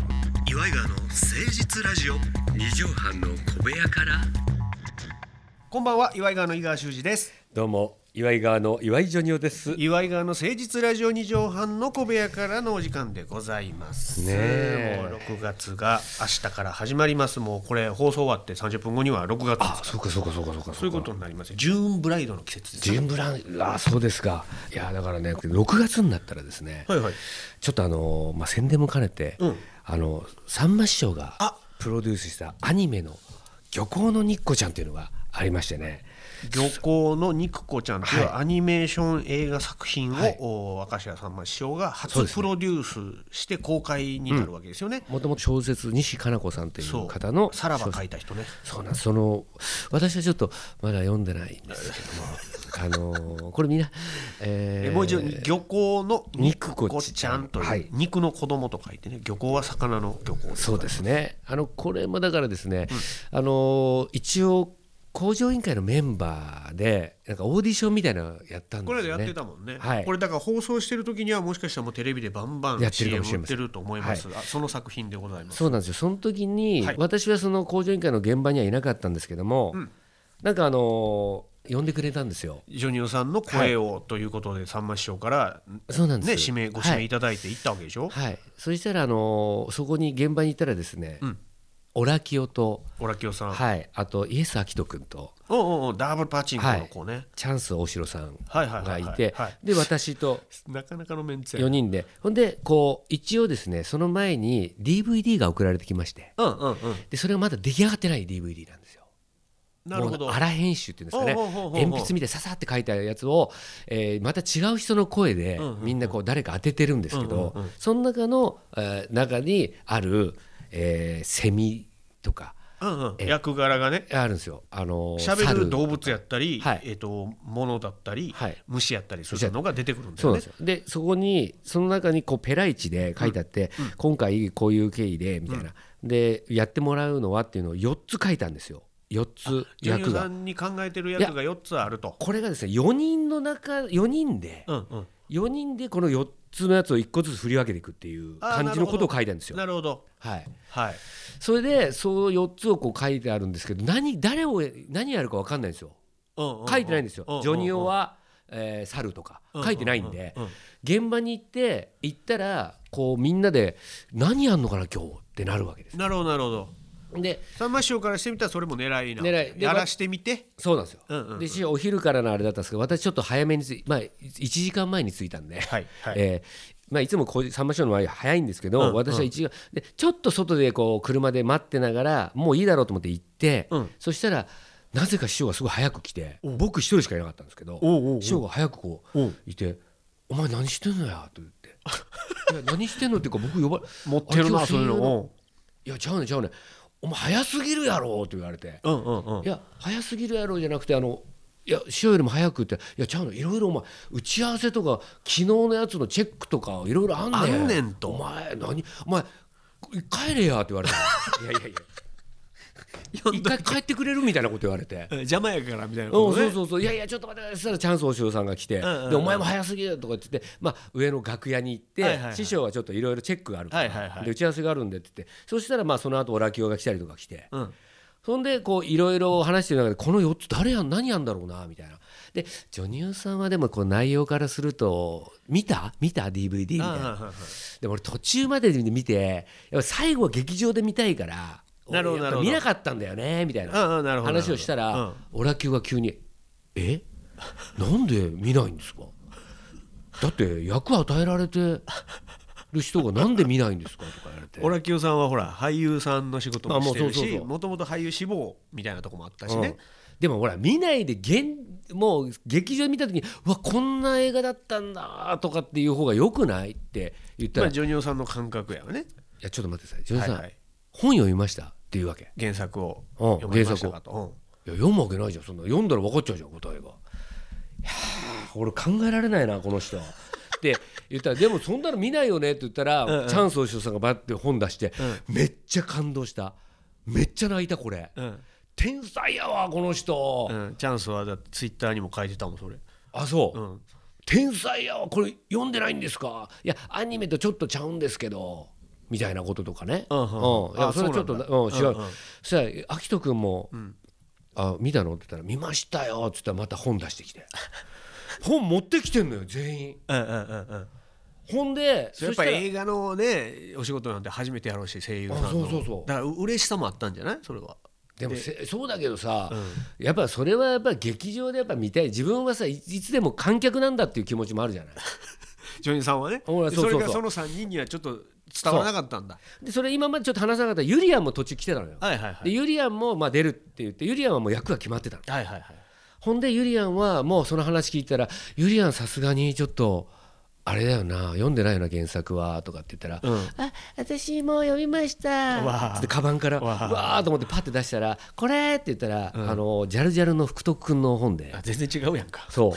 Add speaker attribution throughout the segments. Speaker 1: イガーの誠実ラジオ
Speaker 2: 二畳半の小部屋から
Speaker 1: こんばんは岩井川の井川修司です
Speaker 2: どうも岩井川の岩井ジョニオですね
Speaker 1: 岩井川の誠実ラジオ2畳半の小部屋からのお時間でございます
Speaker 2: ねえ
Speaker 1: もう6月が明日から始まりますもうこれ放送終わって30分後には6月です
Speaker 2: そうかそうかそうかそうか
Speaker 1: そういうことになりますよジューンブライドの季節です
Speaker 2: ジ
Speaker 1: ね
Speaker 2: ュンブランあそうですかいやだからね6月になったらですね、
Speaker 1: はいはい
Speaker 2: ちょっとあのまあ宣伝も兼ねて、
Speaker 1: うん
Speaker 2: あのさんま師匠が
Speaker 1: あ
Speaker 2: プロデュースしたアニメの漁港の日光ちゃんっていうのがありましてね
Speaker 1: 漁港の肉子ちゃんという
Speaker 2: は
Speaker 1: アニメーション映画作品を、
Speaker 2: はい
Speaker 1: お明石家さんま師匠が
Speaker 2: そう
Speaker 1: 初
Speaker 2: ですね
Speaker 1: プロデュースして公開になるわけですよね。
Speaker 2: もともと小説西加奈子さんとい
Speaker 1: そうう
Speaker 2: 方の
Speaker 1: さらば
Speaker 2: 小説
Speaker 1: 書いた人ね。
Speaker 2: そうなんですその私はちょっとまだ読んでないんですけ どもあのこれみんな、え
Speaker 1: え
Speaker 2: ー
Speaker 1: もう一度漁港の肉
Speaker 2: 肉子
Speaker 1: 子ちゃんという、
Speaker 2: はい
Speaker 1: 肉の子供と書いてね漁港は魚の漁港
Speaker 2: そうですねあのこれもだからですね、あの一応工場委員会のメンバーでなんかオーディションみたいなのやったんですよね
Speaker 1: これでやってたもんね、
Speaker 2: はい
Speaker 1: これだから放送してる時にはもしかしたらもうテレビでバンバン
Speaker 2: やってる
Speaker 1: CM
Speaker 2: かもし
Speaker 1: 売
Speaker 2: れ
Speaker 1: っ
Speaker 2: ま
Speaker 1: て
Speaker 2: せん
Speaker 1: ると思います、あその作品でございます
Speaker 2: そうなんですよその時に、
Speaker 1: はい
Speaker 2: 私はその工場委員会の現場にはいなかったんですけども、なんかあの呼んでくれたんですよ
Speaker 1: ジョニオさんの声を、ということでさんま師匠から、
Speaker 2: そうなんで
Speaker 1: ね、
Speaker 2: す
Speaker 1: 指名ご指
Speaker 2: は
Speaker 1: 名
Speaker 2: い
Speaker 1: いただいて行ったわけでしょ、
Speaker 2: はい、そしたらあのそこに現場に行ったらですね、
Speaker 1: ん
Speaker 2: オラキオと、
Speaker 1: オラキオさん、
Speaker 2: はい、あとイエス・アキト君と
Speaker 1: おうおうおうダブルパチンコの子ね、
Speaker 2: チャンス大城さん
Speaker 1: はい、はいは
Speaker 2: が
Speaker 1: い
Speaker 2: い
Speaker 1: はい
Speaker 2: て
Speaker 1: はい
Speaker 2: で私と
Speaker 1: なかなかのメンツや
Speaker 2: 4人でほんでこう一応ですねその前に DVD が送られてきまして
Speaker 1: うんうんうん
Speaker 2: でそれがまだ出来上がってない DVD なんですよ。
Speaker 1: なるほ
Speaker 2: も
Speaker 1: ど
Speaker 2: う荒編集っていうんですかね
Speaker 1: ほうほうほうほう
Speaker 2: 鉛筆みたいにささって書いてあるやつを、えーまた違う人の声で
Speaker 1: うんうんうん
Speaker 2: みんなこう誰か当ててるんですけど、
Speaker 1: うんうんうん
Speaker 2: その中の、えー中にある、えーセミとか
Speaker 1: うんうん、
Speaker 2: え
Speaker 1: 役柄がね
Speaker 2: あるんですよ。あのー
Speaker 1: 喋る
Speaker 2: 猿
Speaker 1: 動物やったり、
Speaker 2: はい
Speaker 1: えっと物だったり、
Speaker 2: はい
Speaker 1: 虫やったりするのが出てくるんだ
Speaker 2: そう
Speaker 1: よ
Speaker 2: なん
Speaker 1: ね
Speaker 2: ですよでそこにその中にこうペライチで書いてあって、今回こういう経緯でみたいな、でやってもらうのはっていうのを4つ書いたんですよ4つ
Speaker 1: ジョニオ
Speaker 2: 役
Speaker 1: さ
Speaker 2: が
Speaker 1: んに考えてる役が4つあると。
Speaker 2: これがですね4人の中4人で
Speaker 1: うんうん、
Speaker 2: 4人でこの4つのやつを1個ずつ振り分けていくっていう
Speaker 1: あー
Speaker 2: 感じのことを書いたんですよ
Speaker 1: なるほど、
Speaker 2: はい
Speaker 1: はい、
Speaker 2: それでそう4つをこう書いてあるんですけど何誰を何やるか分かんないんですよ
Speaker 1: うんうん
Speaker 2: 書いてないんですよ
Speaker 1: ううう
Speaker 2: ジョニオは、えー猿とか書いてないんで
Speaker 1: ううう
Speaker 2: 現場に行って行ったらこうみんなで何やんのかな今日ってなるわけです
Speaker 1: うんなるほどなるほど
Speaker 2: で
Speaker 1: さんま師匠からしてみたらそれも狙いな
Speaker 2: 狙いで
Speaker 1: やらしてみて
Speaker 2: そうなんですよ、
Speaker 1: うんうんうん
Speaker 2: で師匠お昼からのあれだったんですけど私ちょっと早めについまあ1時間前に着いたんで、
Speaker 1: はいはい
Speaker 2: えーまあ、いつもこうさんま師匠の場合は早いんですけど、
Speaker 1: うんうん
Speaker 2: 私は一時間でちょっと外でこう車で待ってながらもういいだろうと思って行って、
Speaker 1: うん
Speaker 2: そしたらなぜか師匠がすごい早く来て僕一人しかいなかったんですけど
Speaker 1: おうおうおう
Speaker 2: 師匠が早くこう
Speaker 1: うん
Speaker 2: いて「お前何してんのや」と言って「いや何してんの?」っていうか僕呼ばれ
Speaker 1: 持ってる
Speaker 2: あ今
Speaker 1: な
Speaker 2: 日
Speaker 1: そういう
Speaker 2: 水曜
Speaker 1: の
Speaker 2: いやちゃうねんちゃうねんお前早すぎるやろって言われて、
Speaker 1: うんうんうんうん
Speaker 2: いや早すぎるやろじゃなくてあのいや塩よりも早くっていやちゃうのいろいろお前打ち合わせとか昨日のやつのチェックとかいろいろあんねん
Speaker 1: あんねんと
Speaker 2: お前何お前帰れやって言われた いやいやいや一回帰ってくれるみたいなこと言われて。
Speaker 1: うん邪魔やからみたいな
Speaker 2: う
Speaker 1: こ
Speaker 2: ん、
Speaker 1: とね
Speaker 2: そうそうそういやいやちょっと待ってそしたらチャンス大城さんが来て、
Speaker 1: んうんうん
Speaker 2: でお前も早すぎるとか言って、まあ、上の楽屋に行って、
Speaker 1: はいはいはい
Speaker 2: 師匠はちょっといろいろチェックがあるから、
Speaker 1: はいはいはい
Speaker 2: で打ち合わせがあるんでって言ってそしたらまあその後オラキオが来たりとか来て、
Speaker 1: うん
Speaker 2: そんでこういろいろ話してる中でこの4つ誰やん何やんだろうなみたいなでジョニオさんはでもこう内容からすると見た見た DVD みたい
Speaker 1: あーは
Speaker 2: ない
Speaker 1: はいはい
Speaker 2: でも俺途中まで見てやっぱ最後は劇場で見たいから
Speaker 1: なるほど
Speaker 2: やっぱ
Speaker 1: なるほど
Speaker 2: 見なかったんだよねみたいな
Speaker 1: うんうんなるほど
Speaker 2: 話をした
Speaker 1: なるほ
Speaker 2: ら、オラキューが急に「えなんで見ないんですかだって役与えられてる人がなんで見ないんですか?」とか言われ て
Speaker 1: オラキオさんはほら俳優さんの仕事もしてる
Speaker 2: あもうそうそう
Speaker 1: し
Speaker 2: そう
Speaker 1: もともと俳優志望みたいなとこもあったしね、
Speaker 2: うんでもほら見ないで現もう劇場で見た時にうわこんな映画だったんだとかっていう方がよくないって言った
Speaker 1: ま
Speaker 2: ら「
Speaker 1: あ
Speaker 2: い
Speaker 1: ジョニオさんの感覚やわね
Speaker 2: やちょっと待ってくださいジョニーさん、
Speaker 1: はいはい
Speaker 2: 本読みました」っていうわけ
Speaker 1: 原作を
Speaker 2: うん
Speaker 1: 読みましたかと、
Speaker 2: いや読むわけないじゃんそんな読んだら分かっちゃうじゃん答えがいやー俺考えられないなこの人って言ったら「 でもそんなの見ないよね」って言ったら、
Speaker 1: うんうん
Speaker 2: チャンス大城さんがバッて本出して、めっちゃ感動しためっちゃ泣いたこれ、
Speaker 1: うんうん
Speaker 2: 天才やわこの人、
Speaker 1: うんチャンスはだってツイッターにも書いてたもんそれ、
Speaker 2: あそう、
Speaker 1: うん、
Speaker 2: 天才やわこれ読んでないんですかいやアニメとちょっとちゃうんですけどみたいなこととかね、
Speaker 1: うんうん
Speaker 2: いや
Speaker 1: あ
Speaker 2: それはちょっと
Speaker 1: そうなん
Speaker 2: なうん、違う、
Speaker 1: うんうん
Speaker 2: そしたらあきとくんも「あ見たの?」って言ったら「見ましたよ」っつったらまた本出してき て本持ってきてんのよ全 員
Speaker 1: うんうんうんうん
Speaker 2: ほんで
Speaker 1: それやっ
Speaker 2: した
Speaker 1: ぱ
Speaker 2: ら
Speaker 1: 映画のねお仕事なんて初めてやろうし声優さんの
Speaker 2: あそうそうそう
Speaker 1: だからう嬉しさもあったんじゃないそれは
Speaker 2: でもせそうだけどさ、やっぱそれはやっぱ劇場でやっぱ見たい自分はさい いつでも観客なんだっていう気持ちもあるじゃない
Speaker 1: ジョニーさんはね
Speaker 2: ほら
Speaker 1: で
Speaker 2: そうそうそう
Speaker 1: れがその3人にはちょっと伝わらなかったんだ
Speaker 2: でそれ今までちょっと話さなかったユリアンも途中来てたのよ、
Speaker 1: はいはいは
Speaker 2: で
Speaker 1: い
Speaker 2: ユリアンもまあ出るって言ってユリアンはもう役が決まってたの
Speaker 1: はいはいはい
Speaker 2: ほんでユリアンはもうその話聞いたら「ユリアンさすがにちょっとあれだよな読んでないよな原作は」とかって言ったら「
Speaker 1: うん
Speaker 2: あ私もう読みました」
Speaker 1: わあ
Speaker 2: つってカバンから「
Speaker 1: わあ
Speaker 2: わあ」と思ってパッて出したら「これ!」って言ったら、あのジャルジャルの福徳君の本で
Speaker 1: あ全然違うやんか
Speaker 2: そう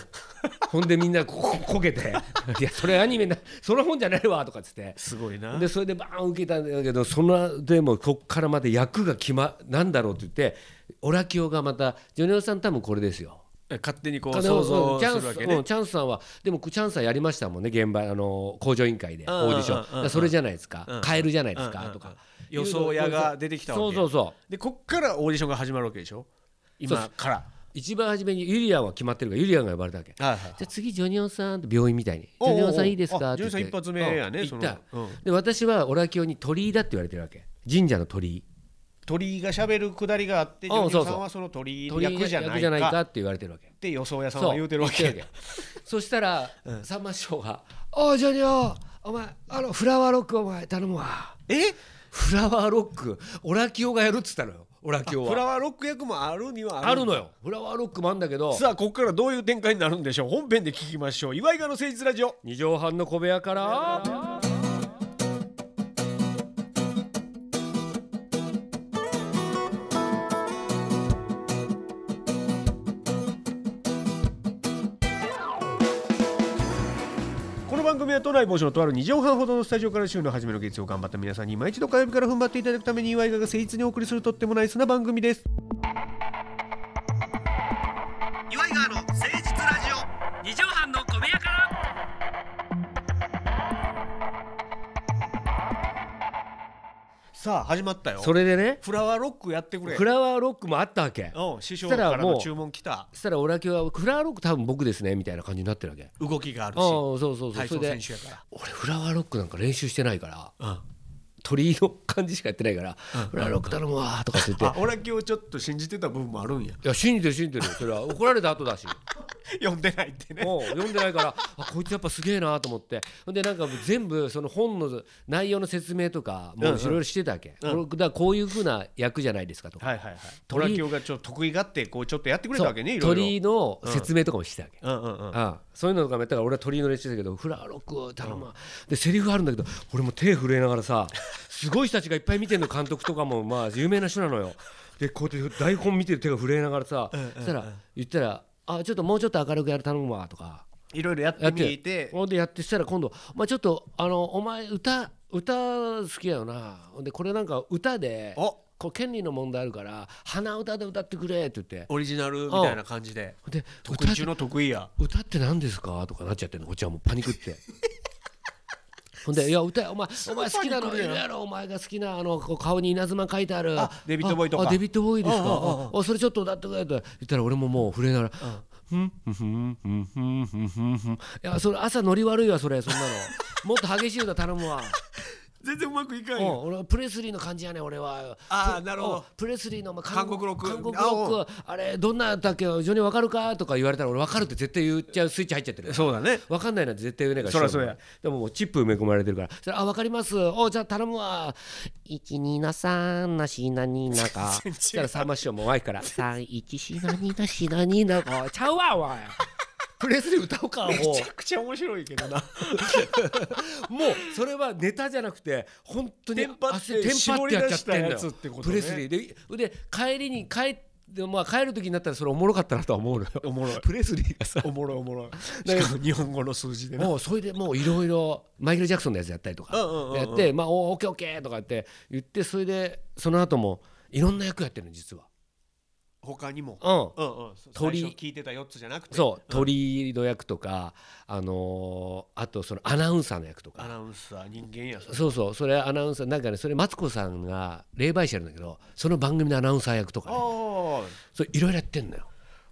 Speaker 2: ほんでみんなこここけて「いやそれアニメなその本じゃないわ」とかっつって。
Speaker 1: すごいな
Speaker 2: でそれでバーン受けたんだけどそのでもこっからまた役が決まなんだろうって言ってオラキオがまた「ジョニオさん多分これですよ」
Speaker 1: 勝手にこ
Speaker 2: あ
Speaker 1: う
Speaker 2: で
Speaker 1: 想
Speaker 2: も
Speaker 1: 像
Speaker 2: うんチャン
Speaker 1: す
Speaker 2: ス
Speaker 1: るわけ
Speaker 2: う
Speaker 1: ね
Speaker 2: んチャンスさんはでもチャンスさんやりましたもんね現場あの工場委員会でオ
Speaker 1: うんうんうん
Speaker 2: ーディション
Speaker 1: うんうん
Speaker 2: だからそれじゃないですか、
Speaker 1: うん
Speaker 2: カエルじゃないですか、
Speaker 1: うんうんうん
Speaker 2: とか
Speaker 1: 予想屋が出てきたわけ
Speaker 2: そうそうそう
Speaker 1: でこっからオーディションが始まるわけでしょ
Speaker 2: そう
Speaker 1: 今から
Speaker 2: 一番初めにユリアンは決まってるからユリアンが呼ばれたわけじゃ
Speaker 1: はいはい
Speaker 2: あ次ジョニオさんって病院みたいに「ジ
Speaker 1: おうお
Speaker 2: ョ
Speaker 1: う
Speaker 2: ニオさんいいですか?」
Speaker 1: あ
Speaker 2: って言っ
Speaker 1: ジ
Speaker 2: て
Speaker 1: ョニオさん一発目やね
Speaker 2: うん
Speaker 1: その
Speaker 2: 行った、
Speaker 1: うん
Speaker 2: で私はオラキオに鳥居だって言われてるわけ神社の鳥居
Speaker 1: 鳥居がしゃべるくだりがあってジ
Speaker 2: う
Speaker 1: ョ
Speaker 2: ん
Speaker 1: ニ
Speaker 2: そうそ
Speaker 1: ー
Speaker 2: う
Speaker 1: さんはその鳥居の
Speaker 2: 鳥居
Speaker 1: 役じゃ
Speaker 2: 役じゃ
Speaker 1: な
Speaker 2: な
Speaker 1: いい
Speaker 2: か
Speaker 1: かっ
Speaker 2: って言われてるわけ
Speaker 1: て予想屋さんは言うてるわけ
Speaker 2: 言って るわけそしたら、さんま師匠が「おいジョニオお前あのフラワーロックお前頼むわ
Speaker 1: え」
Speaker 2: フラワーロックオラキオがやるっつったのよオラキオ
Speaker 1: フラ
Speaker 2: は
Speaker 1: ワーロック役もあるには
Speaker 2: あるのよフラワーロックもあんだけど
Speaker 1: さあここからどういう展開になるんでしょう本編で聞きましょう岩井川の誠実ラジオ
Speaker 2: 2畳半の小部屋から
Speaker 1: この番組は都内某所のとある2畳半ほどのスタジオから週の初めの月曜頑張った皆さんに毎一度火曜日から踏ん張っていただくために岩井川が誠実にお送りするとってもナイスな番組です岩井川の誠実ラジオ
Speaker 2: 2畳半の小部屋から
Speaker 1: さあ始まったよ
Speaker 2: それでね
Speaker 1: フラワーロックやってくれ
Speaker 2: フラワーロックもあったわけ
Speaker 1: うん師匠から
Speaker 2: そしたらも
Speaker 1: の
Speaker 2: う
Speaker 1: 注文来た
Speaker 2: そしたらオラキオは「フラワーロック多分僕ですね」みたいな感じになってるわけ
Speaker 1: 動きがある
Speaker 2: ああ
Speaker 1: し
Speaker 2: そうそうそう
Speaker 1: 体操
Speaker 2: それで
Speaker 1: 選手やか
Speaker 2: 俺フラワーロックなんか練習してないから
Speaker 1: ら、うん
Speaker 2: 鳥居の感じしかやってないから「フラワーロック頼むわ」とかって言っ
Speaker 1: あ
Speaker 2: て。
Speaker 1: 俺は今日ちょっと信じてた部分もあるんや
Speaker 2: いや信じてる信じてるよそれは怒られた後だし
Speaker 1: 読んでないってね
Speaker 2: もう読んでないからあこいつやっぱすげえなと思ってほんでなんか全部その本の内容の説明とかもういろいろしてたわけ、これだからこういうふうな役じゃないですかとか、
Speaker 1: はいはいはい
Speaker 2: 鳥
Speaker 1: 虎清がちょっと得意がってこうちょっとやってくれた
Speaker 2: そ
Speaker 1: わ
Speaker 2: う
Speaker 1: けねいろいろ
Speaker 2: 鳥居の説明とかもしてたわけ、
Speaker 1: うんうんうん
Speaker 2: ああそういうのとかもやったから俺は鳥居の練習だけどフラワーロックを頼むわ、でセリフあるんだけど俺も手震えながらさすごい人たちがいっぱい見てるの監督とかもまあ有名な人なのよでこうやって台本見てる手が震えながらさ、そしたら言ったら「あちょっともうちょっと明るくやる頼むわ」とか
Speaker 1: いろいろやっ
Speaker 2: や
Speaker 1: て
Speaker 2: って
Speaker 1: みて
Speaker 2: ほんでやってしたら今度「まあ、ちょっとあのお前歌歌好きやよな」ほんでこれなんか歌で
Speaker 1: お
Speaker 2: こう権利の問題あるから鼻歌で歌ってくれって言って。
Speaker 1: オリジナルみたいな感じで
Speaker 2: ほんで
Speaker 1: 得意中の得意や
Speaker 2: 歌って何ですかとかなっちゃってんのこっちはもうパニックって ほんで「いや歌よお前お前好きな
Speaker 1: パ
Speaker 2: のい
Speaker 1: ニック
Speaker 2: る
Speaker 1: やん
Speaker 2: やろお前が好きなあのこう顔に稲妻書いてある
Speaker 1: あデビッドボーイとか
Speaker 2: ああデビッドボーイですか
Speaker 1: あああ
Speaker 2: あそれちょっと歌ってくれ」って言ったら俺ももう震えながら「ふんふんふんふんふんふんふんふんいやそれ朝ノリ悪いわそ れそんなのもっと激しい歌頼むわ」
Speaker 1: 全然うまくいか
Speaker 2: うん、俺はプレスリーの感じやね俺は
Speaker 1: あー
Speaker 2: プ
Speaker 1: なるほど
Speaker 2: うんプレスリーの、まあ
Speaker 1: 韓国ロック
Speaker 2: 韓国ロックあれどんなだっけジョニー分かるかとか言われたら俺分かるって絶対言っちゃうスイッチ入っちゃってる
Speaker 1: そうだね
Speaker 2: 分かんないなんて絶対言えないから
Speaker 1: そらそうや
Speaker 2: でももうチップ埋め込まれてるからそれあ分かりますおじゃあ頼むわ12の3のしなになか
Speaker 1: 全然違う
Speaker 2: そしたらさんま師匠も 前から31しなにのしなになかちゃうわおいプレスリー歌おうかもう
Speaker 1: めちゃくちゃ面白いけど な
Speaker 2: もうそれはネタじゃなくて本当に
Speaker 1: テンパって
Speaker 2: 汗テンパってやっち
Speaker 1: 絞り出
Speaker 2: ゃってんだ
Speaker 1: した
Speaker 2: よ
Speaker 1: やつってことね
Speaker 2: プレスリーでで帰りに帰って、まあ、帰る時になったらそれおもろかったなとは思う のよ
Speaker 1: おもろい
Speaker 2: プレスリーがさ
Speaker 1: おもろいおもろいしかも日本語の数字でな
Speaker 2: もうそれでもういろいろマイケル・ジャクソンのやつやったりとか
Speaker 1: うんうんうんうん
Speaker 2: やって「まあおーオッケーオッケー」とかって言ってそれでその後もいろんな役やってるの実は
Speaker 1: 他にも、
Speaker 2: うん
Speaker 1: うんうん、
Speaker 2: 鳥
Speaker 1: 鳥聞いてた4つじゃなくて
Speaker 2: そう鳥の役とか、あのーあとそのアナウンサーの役と
Speaker 1: ア
Speaker 2: か
Speaker 1: ナウンサー人間やそれ
Speaker 2: そうそうそれアナウンサーなんかねそれマツコさんが霊媒師やるんだけどその番組のアナウンサー役とか、
Speaker 1: あ
Speaker 2: ね、
Speaker 1: ー
Speaker 2: そういろいろやってんのよ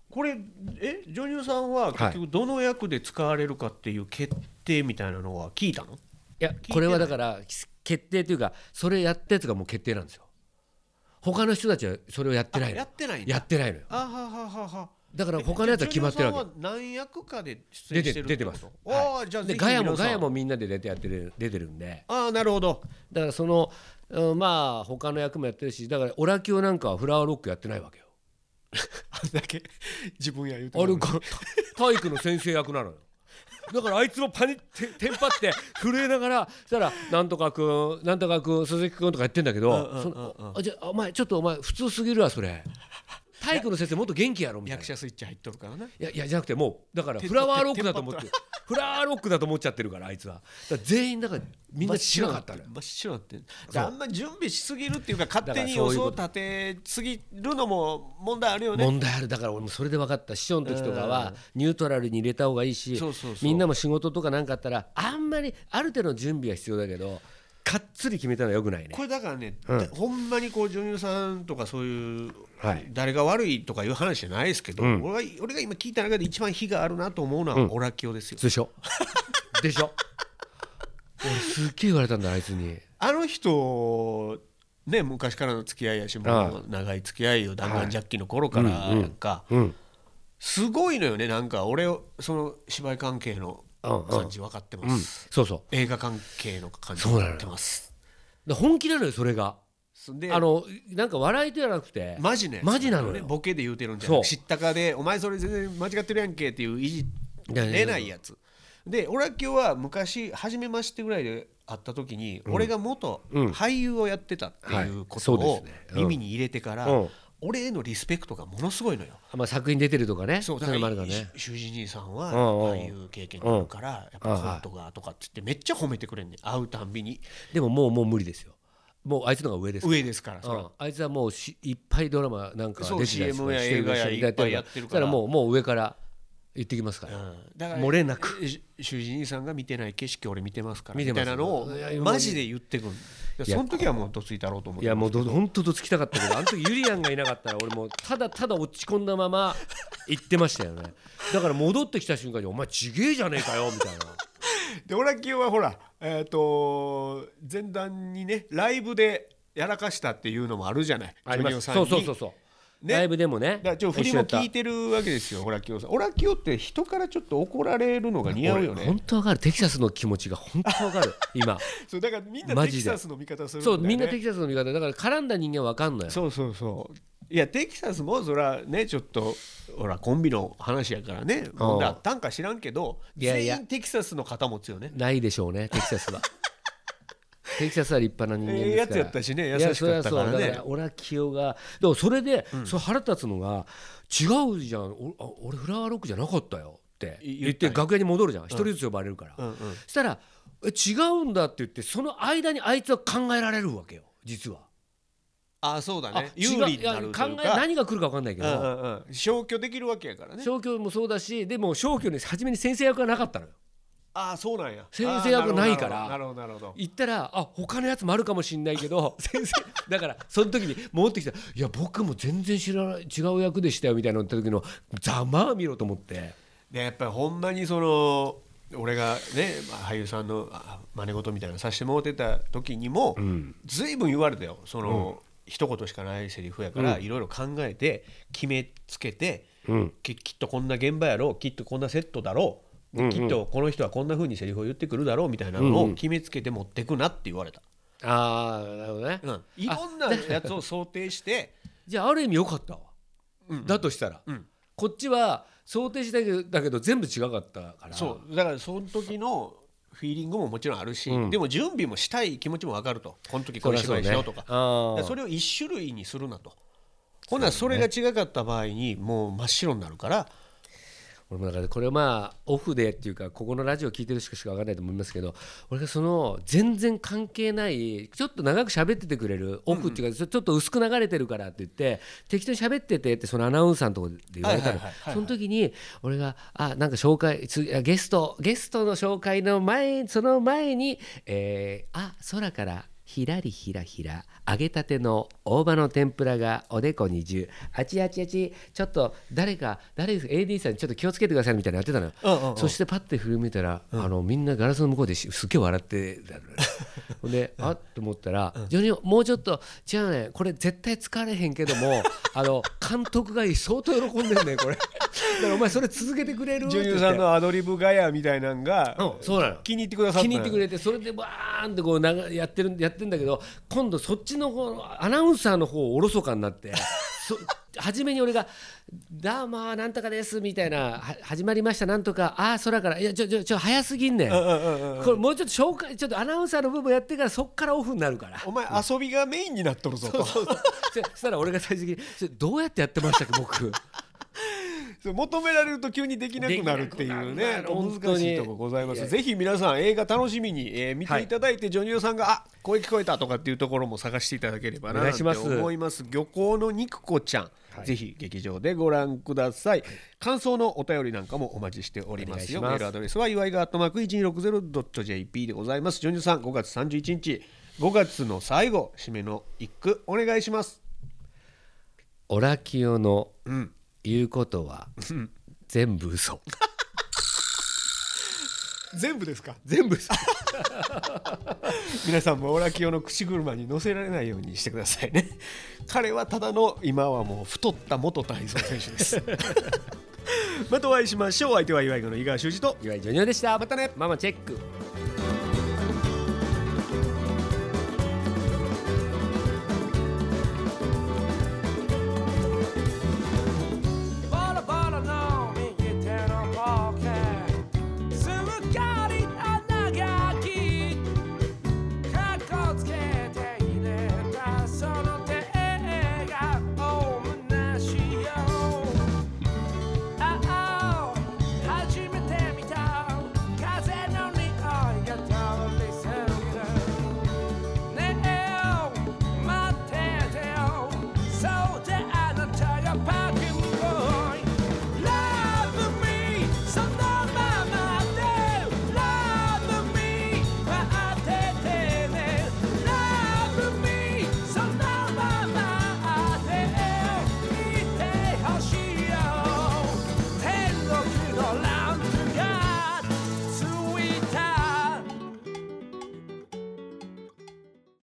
Speaker 1: これえ女優さんは結局どの役で使われるかっていう決定みたいなのは聞いたの、
Speaker 2: いや
Speaker 1: い
Speaker 2: これはだから決定というかそれやったやつがもう決定なんですよ他の人たちはそれをやってない
Speaker 1: あや
Speaker 2: の
Speaker 1: ってないんだ
Speaker 2: やってないのよ
Speaker 1: あはははは
Speaker 2: だから他のやつは決まってるわけ
Speaker 1: け何役かで出演してるってこと
Speaker 2: 出て出てます
Speaker 1: ああじゃあ
Speaker 2: で
Speaker 1: ぜひ
Speaker 2: ガヤも
Speaker 1: 皆さん
Speaker 2: ガヤもみんなで出てやってる出てるんで
Speaker 1: ああなるほど
Speaker 2: だからその、うんまあ他の役もやってるしだからオラキオなんかはフラワーロックやってないわけよ
Speaker 1: あんだけ自分や言う
Speaker 2: あれが体育の先生役なのよだからあいつもパニってテンパって震えながらそしたら「なんとかくんなんとかくん鈴木くん」とかやってんだけ
Speaker 1: うんうんうんう
Speaker 2: ど
Speaker 1: ん
Speaker 2: そのあじゃあお前ちょっとお前普通すぎるわそれ体育の先生もっと元気やろみたいな
Speaker 1: 役者スイッチ入っとるからない
Speaker 2: やいやじゃなくてもうだからフラワーロックだと思ってフラワーロックだと思っちゃってるからあいつはだから全員だからみんな違かったのよ
Speaker 1: 真っ白になってんだ
Speaker 2: う
Speaker 1: からあんま準備しすぎるっていうか勝手に
Speaker 2: だから
Speaker 1: 予
Speaker 2: そういう
Speaker 1: 想
Speaker 2: こと
Speaker 1: 立てすぎるのも問題あるよね
Speaker 2: 問題あるだから俺もそれで分かった師匠の時とか
Speaker 1: う
Speaker 2: はニュートラルに入れた方がいいし
Speaker 1: そうそうそう
Speaker 2: みんなも仕事とかなんかあったらあんまりある程度の準備は必要だけどかっつり決めたのはよくないね
Speaker 1: これだからね、
Speaker 2: うん
Speaker 1: ほんまにこう女優さんとかそういう、
Speaker 2: はい
Speaker 1: 誰が悪いとかいう話じゃないですけど、
Speaker 2: うん
Speaker 1: 俺は俺が今聞いた中で一番火があるなと思うのは
Speaker 2: うん
Speaker 1: オラキオですよ、
Speaker 2: でしょでしょ俺すっげえ言われたんだあいつに
Speaker 1: あの人ね昔からの付き合いやしもう長い付き合いよ弾丸ジャッキの頃から
Speaker 2: はいうんうん
Speaker 1: なんか、
Speaker 2: うん
Speaker 1: すごいのよねなんか俺その芝居関係の
Speaker 2: うんうん
Speaker 1: 感じ分かってます、
Speaker 2: うんそうそ
Speaker 1: 映画関係の感じ
Speaker 2: そうなのよ
Speaker 1: やってます
Speaker 2: うで本気なのよそれが
Speaker 1: で
Speaker 2: あのなんか笑いじゃなくて
Speaker 1: マジね
Speaker 2: マジなのよ
Speaker 1: ボケで言うてるんじゃなく
Speaker 2: そ
Speaker 1: 知
Speaker 2: う
Speaker 1: ったかでお前それ全然間違ってるやんけっていういじ
Speaker 2: いやいやいや
Speaker 1: れないやつで俺は今日は昔初めましてぐらいで会った時に、俺が元
Speaker 2: うん
Speaker 1: 俳優をやってたっていうこ
Speaker 2: はい
Speaker 1: と
Speaker 2: そうで
Speaker 1: を
Speaker 2: すねうん
Speaker 1: 耳に入れてから、
Speaker 2: うん
Speaker 1: 俺へのリスペクトがものすごいのよ
Speaker 2: まあ、作品出てるとかね
Speaker 1: そうだ
Speaker 2: い
Speaker 1: か
Speaker 2: のもあ
Speaker 1: ら
Speaker 2: るからね
Speaker 1: 修二兄さんは
Speaker 2: うんうん
Speaker 1: 俳優経験があるからやっぱコントがとかって言ってめっちゃ褒めてくれんねん会うたんびに
Speaker 2: でももうもう無理ですよもうあいつの方が上ですから
Speaker 1: 上ですからそれ
Speaker 2: うん、あいつはもうしいっぱいドラマなんか出てた
Speaker 1: そう
Speaker 2: り
Speaker 1: CM や
Speaker 2: してる
Speaker 1: 映画や
Speaker 2: してる
Speaker 1: いっぱいやってるから
Speaker 2: だからもうもう上から行ってきますから、
Speaker 1: だから
Speaker 2: 漏れなく
Speaker 1: え主人さんが見てない景色俺見てますから
Speaker 2: 見
Speaker 1: みた
Speaker 2: てま
Speaker 1: いな
Speaker 2: す
Speaker 1: のを
Speaker 2: いやいや
Speaker 1: マジで言ってくる
Speaker 2: いや
Speaker 1: その時はもうどついたろうと思っ
Speaker 2: い
Speaker 1: て
Speaker 2: やもうど本当とつきたかったけどあの時ユリアンがいなかったら俺もうただただ落ち込んだまま行ってましたよねだから戻ってきた瞬間に「お前ちげえじゃねえかよ」みたいな
Speaker 1: でオラキオはほらえっ、と前段にねライブでやらかしたっていうのもあるじゃない
Speaker 2: あります
Speaker 1: ジョニオさ
Speaker 2: そう
Speaker 1: ん
Speaker 2: そ
Speaker 1: に
Speaker 2: うそうそう、
Speaker 1: ね
Speaker 2: ライブでもね
Speaker 1: だからちょっと振りも聞いてるわけですよオラキオさんオラキオって人からちょっと怒られるのが似合うよ
Speaker 2: 俺
Speaker 1: ね
Speaker 2: 本当わかるテキサスの気持ちが本当わかる 今
Speaker 1: そうだからみんな
Speaker 2: マ
Speaker 1: テ
Speaker 2: ジ
Speaker 1: キ
Speaker 2: で
Speaker 1: サスの味方するんだ
Speaker 2: そ
Speaker 1: よ、ね、
Speaker 2: うみんなテキサスの味方だから絡んだ人間わかんのよ
Speaker 1: そうそうそういやテキサスもそらねちょっとほらコンビの話やからね問題あったんか知らんけど
Speaker 2: いやいや
Speaker 1: 全員テキサスの肩持つよね
Speaker 2: ないでしょうねテキ サスはテキサスは立派な人間ですか
Speaker 1: え
Speaker 2: ら、
Speaker 1: えやつやったしね優しかったからね
Speaker 2: いやそれはそうだから俺は清がでもそれで、そう腹立つのが違うじゃんおあ俺フラワーロックじゃなかったよって
Speaker 1: い
Speaker 2: 言って
Speaker 1: 言ったん
Speaker 2: 楽屋に戻るじゃん一人ずつ呼ばれるから、
Speaker 1: うんうん
Speaker 2: そしたらえ違うんだって言ってその間にあいつは考えられるわけよ実は、
Speaker 1: ああそうだ
Speaker 2: あ
Speaker 1: ね
Speaker 2: 違
Speaker 1: 有
Speaker 2: う
Speaker 1: 利になるという
Speaker 2: いや考え
Speaker 1: か
Speaker 2: 何が来るか分かんないけ
Speaker 1: うんう
Speaker 2: ど、
Speaker 1: んうん消去できるわけやからね
Speaker 2: 消去もそうだしでも消去に初めに先生役がなかったのよ
Speaker 1: ああそうなんや
Speaker 2: 先生役ないから
Speaker 1: あーなるほどなるほどなるほど
Speaker 2: 行ったらあ他のやつもあるかもしんないけど 先生だからその時に戻ってきたらいや僕も全然知らない違う役でしたよみたいなの言った時のざまあ見ろと思って
Speaker 1: でやっぱりほんまにその俺がねまあ俳優さんのあ真似事みたいなのさしてもうてた時にも、ずいぶん言われたよその、一言しかないセリフやからいろいろ考えて決めつけて、
Speaker 2: うん
Speaker 1: ききっとこんな現場やろうきっとこんなセットだろう、きっとこの人はこんな風にセリフを言ってくるだろうみたいなのを決めつけて持ってくなって言われた、
Speaker 2: ああなるほどね、
Speaker 1: うんいろんなやつを想定 して
Speaker 2: じゃあある意味良かったわ、だとしたら、こっちは想定したけどだけど全部違かったから
Speaker 1: そうだからその時のフィーリングももちろんあるし、
Speaker 2: うん
Speaker 1: でも準備もしたい気持ちも分かるとこの時こ
Speaker 2: そう
Speaker 1: いう芝
Speaker 2: だ
Speaker 1: 居しようとか
Speaker 2: そう
Speaker 1: だか
Speaker 2: ねあ
Speaker 1: ら
Speaker 2: ー
Speaker 1: それを一種類にするなとほんならそれが違かった場合にもう真っ白になるから
Speaker 2: 俺もだからこれはまあオフでっていうかここのラジオ聞いてる人しか分かんないと思いますけど俺がその全然関係ないちょっと長く喋っててくれるオフっていうかちょちょっと薄く流れてるからって言って適当に喋っててってそのアナウンサーのとこで言われたの
Speaker 1: はいはいはいはいはい
Speaker 2: その時に俺があなんか紹介次あゲストゲストの紹介の前その前にえーあ空からひらりひらひら揚げたての大葉の天ぷらがおでこにじゅうあちあちあちちょっと誰か誰です AD さんにちょっと気をつけてくださいみたいなのやってたのよ、
Speaker 1: うんうんうん
Speaker 2: そしてパッて振り向いたら、あのみんなガラスの向こうでしすっげえ笑ってた のよほんであっと思ったら「ジョニーもうちょっと違うねこれ絶対使われへんけ どもあの監督が相当喜んでるねこれだからお前それ続けてくれる?」
Speaker 1: 女
Speaker 2: って言
Speaker 1: 優
Speaker 2: っ
Speaker 1: さ
Speaker 2: て
Speaker 1: んのアドリブガヤみたいなんが
Speaker 2: うんそうなの
Speaker 1: 気に入ってくださった
Speaker 2: 気に入ってく
Speaker 1: れ
Speaker 2: れてそれでバーンってこう長やってるやってんだけど今度そっちの方のアナウンサーの方おろそかになってそ 初めに俺が「だーまあなんとかです」みたいなは「始まりましたなんとかああ空からいやちょちょちょ早すぎんねん」
Speaker 1: うんうんうんうん
Speaker 2: これもうちょっと紹介ちょっとアナウンサーの部分やってからそっからオフになるから。
Speaker 1: お前遊びがメインになっとるぞと
Speaker 2: そうそう そそしたら俺が最終的に「それどうやってやってましたっけ僕」
Speaker 1: そう求められると急にできなくなるっていう
Speaker 2: でき
Speaker 1: ね
Speaker 2: なくなる
Speaker 1: お
Speaker 2: 本当
Speaker 1: 難
Speaker 2: に
Speaker 1: しいとこございますぜひ皆さん映画楽しみに、えー見ていただいて、ジョニオさんがあ声聞こえたとかっていうところも探していただければな
Speaker 2: お願い
Speaker 1: と
Speaker 2: します
Speaker 1: 思います漁港の肉子ちゃん、ぜひ劇場でご覧ください感想のお便りなんかもお待ちしておりますよ
Speaker 2: お願い
Speaker 1: メー
Speaker 2: します
Speaker 1: ルアドレスは祝いがアットマーク 1260.jp でございますジョニオさん5月31日5月の最後締めの一句お願いします
Speaker 2: オラキオの
Speaker 1: ん
Speaker 2: 言うことは全部嘘
Speaker 1: 全部ですか
Speaker 2: 全部嘘
Speaker 1: 皆さんもオラキオの口車に乗せられないようにしてくださいね彼はただの今はもう太った元体操選手ですまたお会いしましょう相手は岩井の井川修司と
Speaker 2: 岩井ジョニオでした
Speaker 1: またね
Speaker 2: ママチェック